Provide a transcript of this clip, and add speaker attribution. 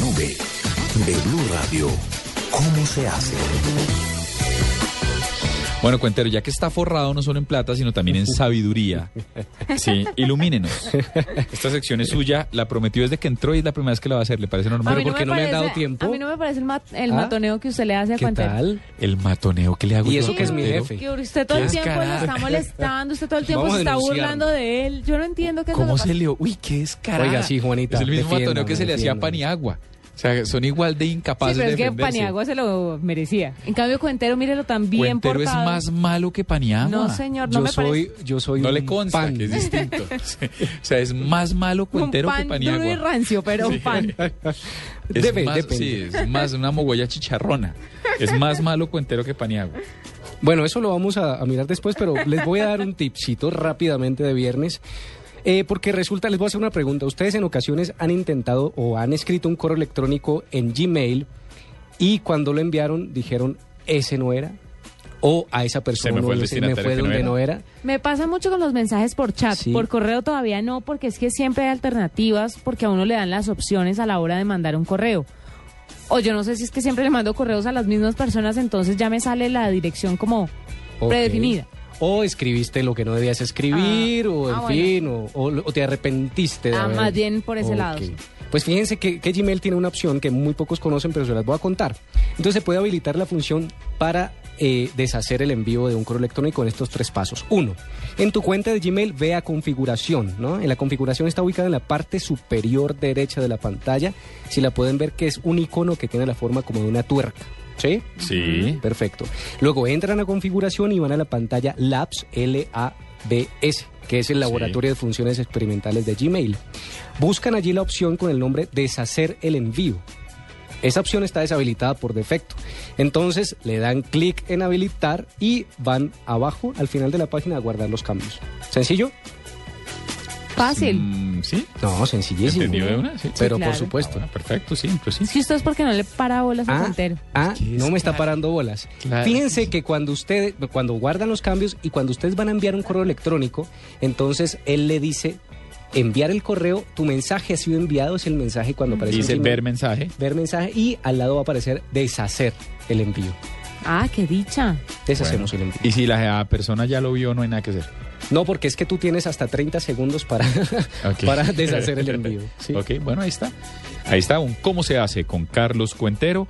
Speaker 1: nube de Blue Radio. ¿Cómo se hace?
Speaker 2: Bueno, Cuentero, ya que está forrado no solo en plata, sino también en sabiduría, sí, ilumínenos. Esta sección es suya, la prometió desde que entró y es la primera vez que la va a hacer, ¿le parece normal?
Speaker 3: A mí
Speaker 4: ¿por qué no le han
Speaker 3: parece-
Speaker 4: dado tiempo?
Speaker 3: A mí no me parece el, mat- el
Speaker 4: ¿Ah?
Speaker 3: matoneo que usted le hace a
Speaker 4: ¿Qué
Speaker 3: Cuentero.
Speaker 4: tal?
Speaker 2: El matoneo que le hago
Speaker 4: Y
Speaker 2: yo a
Speaker 4: eso que es mi
Speaker 2: Cuentero.
Speaker 4: jefe.
Speaker 3: Que usted todo
Speaker 4: Qué
Speaker 3: el tiempo lo
Speaker 4: descarado.
Speaker 3: está molestando, usted todo el tiempo
Speaker 4: Vamos
Speaker 3: se
Speaker 4: a
Speaker 3: está
Speaker 4: denunciarlo.
Speaker 3: burlando de él. Yo no entiendo qué es lo que
Speaker 2: ¿Cómo se
Speaker 3: pasa.
Speaker 2: le... Uy, qué descarada.
Speaker 4: Oiga, sí, Juanita,
Speaker 2: Es el mismo
Speaker 4: defiéndame,
Speaker 2: matoneo que se le hacía a
Speaker 4: defiéndame.
Speaker 2: Paniagua. O sea, son igual de
Speaker 3: Sí,
Speaker 2: incapaces
Speaker 3: pero
Speaker 2: de
Speaker 3: es que
Speaker 2: defenderse.
Speaker 3: Paniagua se lo merecía. En cambio, Cuentero, mírelo tan bien
Speaker 2: Cuentero
Speaker 3: portado.
Speaker 2: es más malo que Paniagua.
Speaker 3: No, señor, no
Speaker 4: Yo
Speaker 3: me
Speaker 4: soy,
Speaker 3: parece.
Speaker 4: yo soy
Speaker 2: No
Speaker 4: un
Speaker 2: le consta
Speaker 4: pan.
Speaker 2: que es distinto. o sea, es más malo
Speaker 3: Un
Speaker 2: Cuentero que
Speaker 3: pan duro y
Speaker 2: Paniagua.
Speaker 3: rancio, pero un pan.
Speaker 2: Es
Speaker 4: Debe-
Speaker 2: más,
Speaker 4: depende.
Speaker 2: Sí, es más una mogüella chicharrona. Es más malo Cuentero que Paniagua.
Speaker 4: Bueno, eso lo vamos a, a mirar después, pero les voy a dar un tipcito rápidamente de viernes. eh, porque resulta, les voy a hacer una pregunta. Ustedes en ocasiones han intentado o han escrito un correo electrónico en Gmail y cuando lo enviaron dijeron, ese no era. O a esa persona
Speaker 2: me fue el
Speaker 4: no, me
Speaker 2: destinatario
Speaker 4: fue
Speaker 2: que no
Speaker 4: donde
Speaker 2: era.
Speaker 4: no era.
Speaker 3: Me pasa mucho con los mensajes por chat,
Speaker 4: Sí.
Speaker 3: por correo todavía no, porque es que siempre hay alternativas, porque a uno le dan las opciones a la hora de mandar un correo. O yo no sé si es que siempre le mando correos a las mismas personas, entonces ya me sale la dirección como
Speaker 4: Ok.
Speaker 3: predefinida.
Speaker 4: O escribiste lo que no debías escribir,
Speaker 3: Ah,
Speaker 4: o en
Speaker 3: ah, bueno.
Speaker 4: fin, o- o, o te arrepentiste de
Speaker 3: Ah,
Speaker 4: haber-
Speaker 3: más bien por ese lado,
Speaker 4: Ok.
Speaker 3: sí.
Speaker 4: Pues fíjense que, que Gmail tiene una opción que muy pocos conocen, pero se las voy a contar. Entonces se puede habilitar la función para eh, deshacer el envío de un correo electrónico en estos tres pasos. Uno, en tu cuenta de Gmail ve a configuración, ¿no? En la configuración está ubicada en la parte superior derecha de la pantalla. Si la pueden ver, que es un icono que tiene la forma como de una tuerca, ¿sí?
Speaker 2: Sí.
Speaker 4: Perfecto. Luego entran a configuración y van a la pantalla Labs L-A-B-S, que es el laboratorio de funciones experimentales de Gmail. Buscan allí la opción con el nombre Deshacer el envío. Esa opción está deshabilitada por defecto. Entonces le dan clic en habilitar y van abajo al final de la página a guardar los cambios. ¿Sencillo?
Speaker 3: Fácil.
Speaker 2: Mm, sí.
Speaker 4: No, sencillísimo.
Speaker 2: ¿Entendido de una? Sí.
Speaker 4: Pero
Speaker 3: claro.
Speaker 4: por
Speaker 2: Puesto.
Speaker 4: supuesto.
Speaker 2: perfecto, sí, inclusive.
Speaker 3: Es que usted es porque no le para bolas a
Speaker 4: Ah,
Speaker 3: Cuentero.
Speaker 4: ah,
Speaker 2: Es que es
Speaker 4: no me está
Speaker 2: claro.
Speaker 4: parando bolas.
Speaker 2: Claro.
Speaker 4: Fíjense que cuando ustedes, cuando guardan los cambios y cuando ustedes van a enviar un correo electrónico, entonces él le dice enviar el correo, tu mensaje ha sido enviado, es el mensaje cuando aparece. en
Speaker 2: Dice
Speaker 4: Gmail.
Speaker 2: ver mensaje.
Speaker 4: ver mensaje y al lado va a aparecer deshacer el envío.
Speaker 3: Ah, qué dicha.
Speaker 4: Deshacemos el envío.
Speaker 2: Y si la persona ya lo vio, no hay nada que hacer.
Speaker 4: No, porque es que tú tienes hasta 30 segundos para,
Speaker 2: Ok.
Speaker 4: para deshacer el envío. ¿sí?
Speaker 2: Ok, bueno, ahí está. Ahí está un cómo se hace con Carlos Cuentero.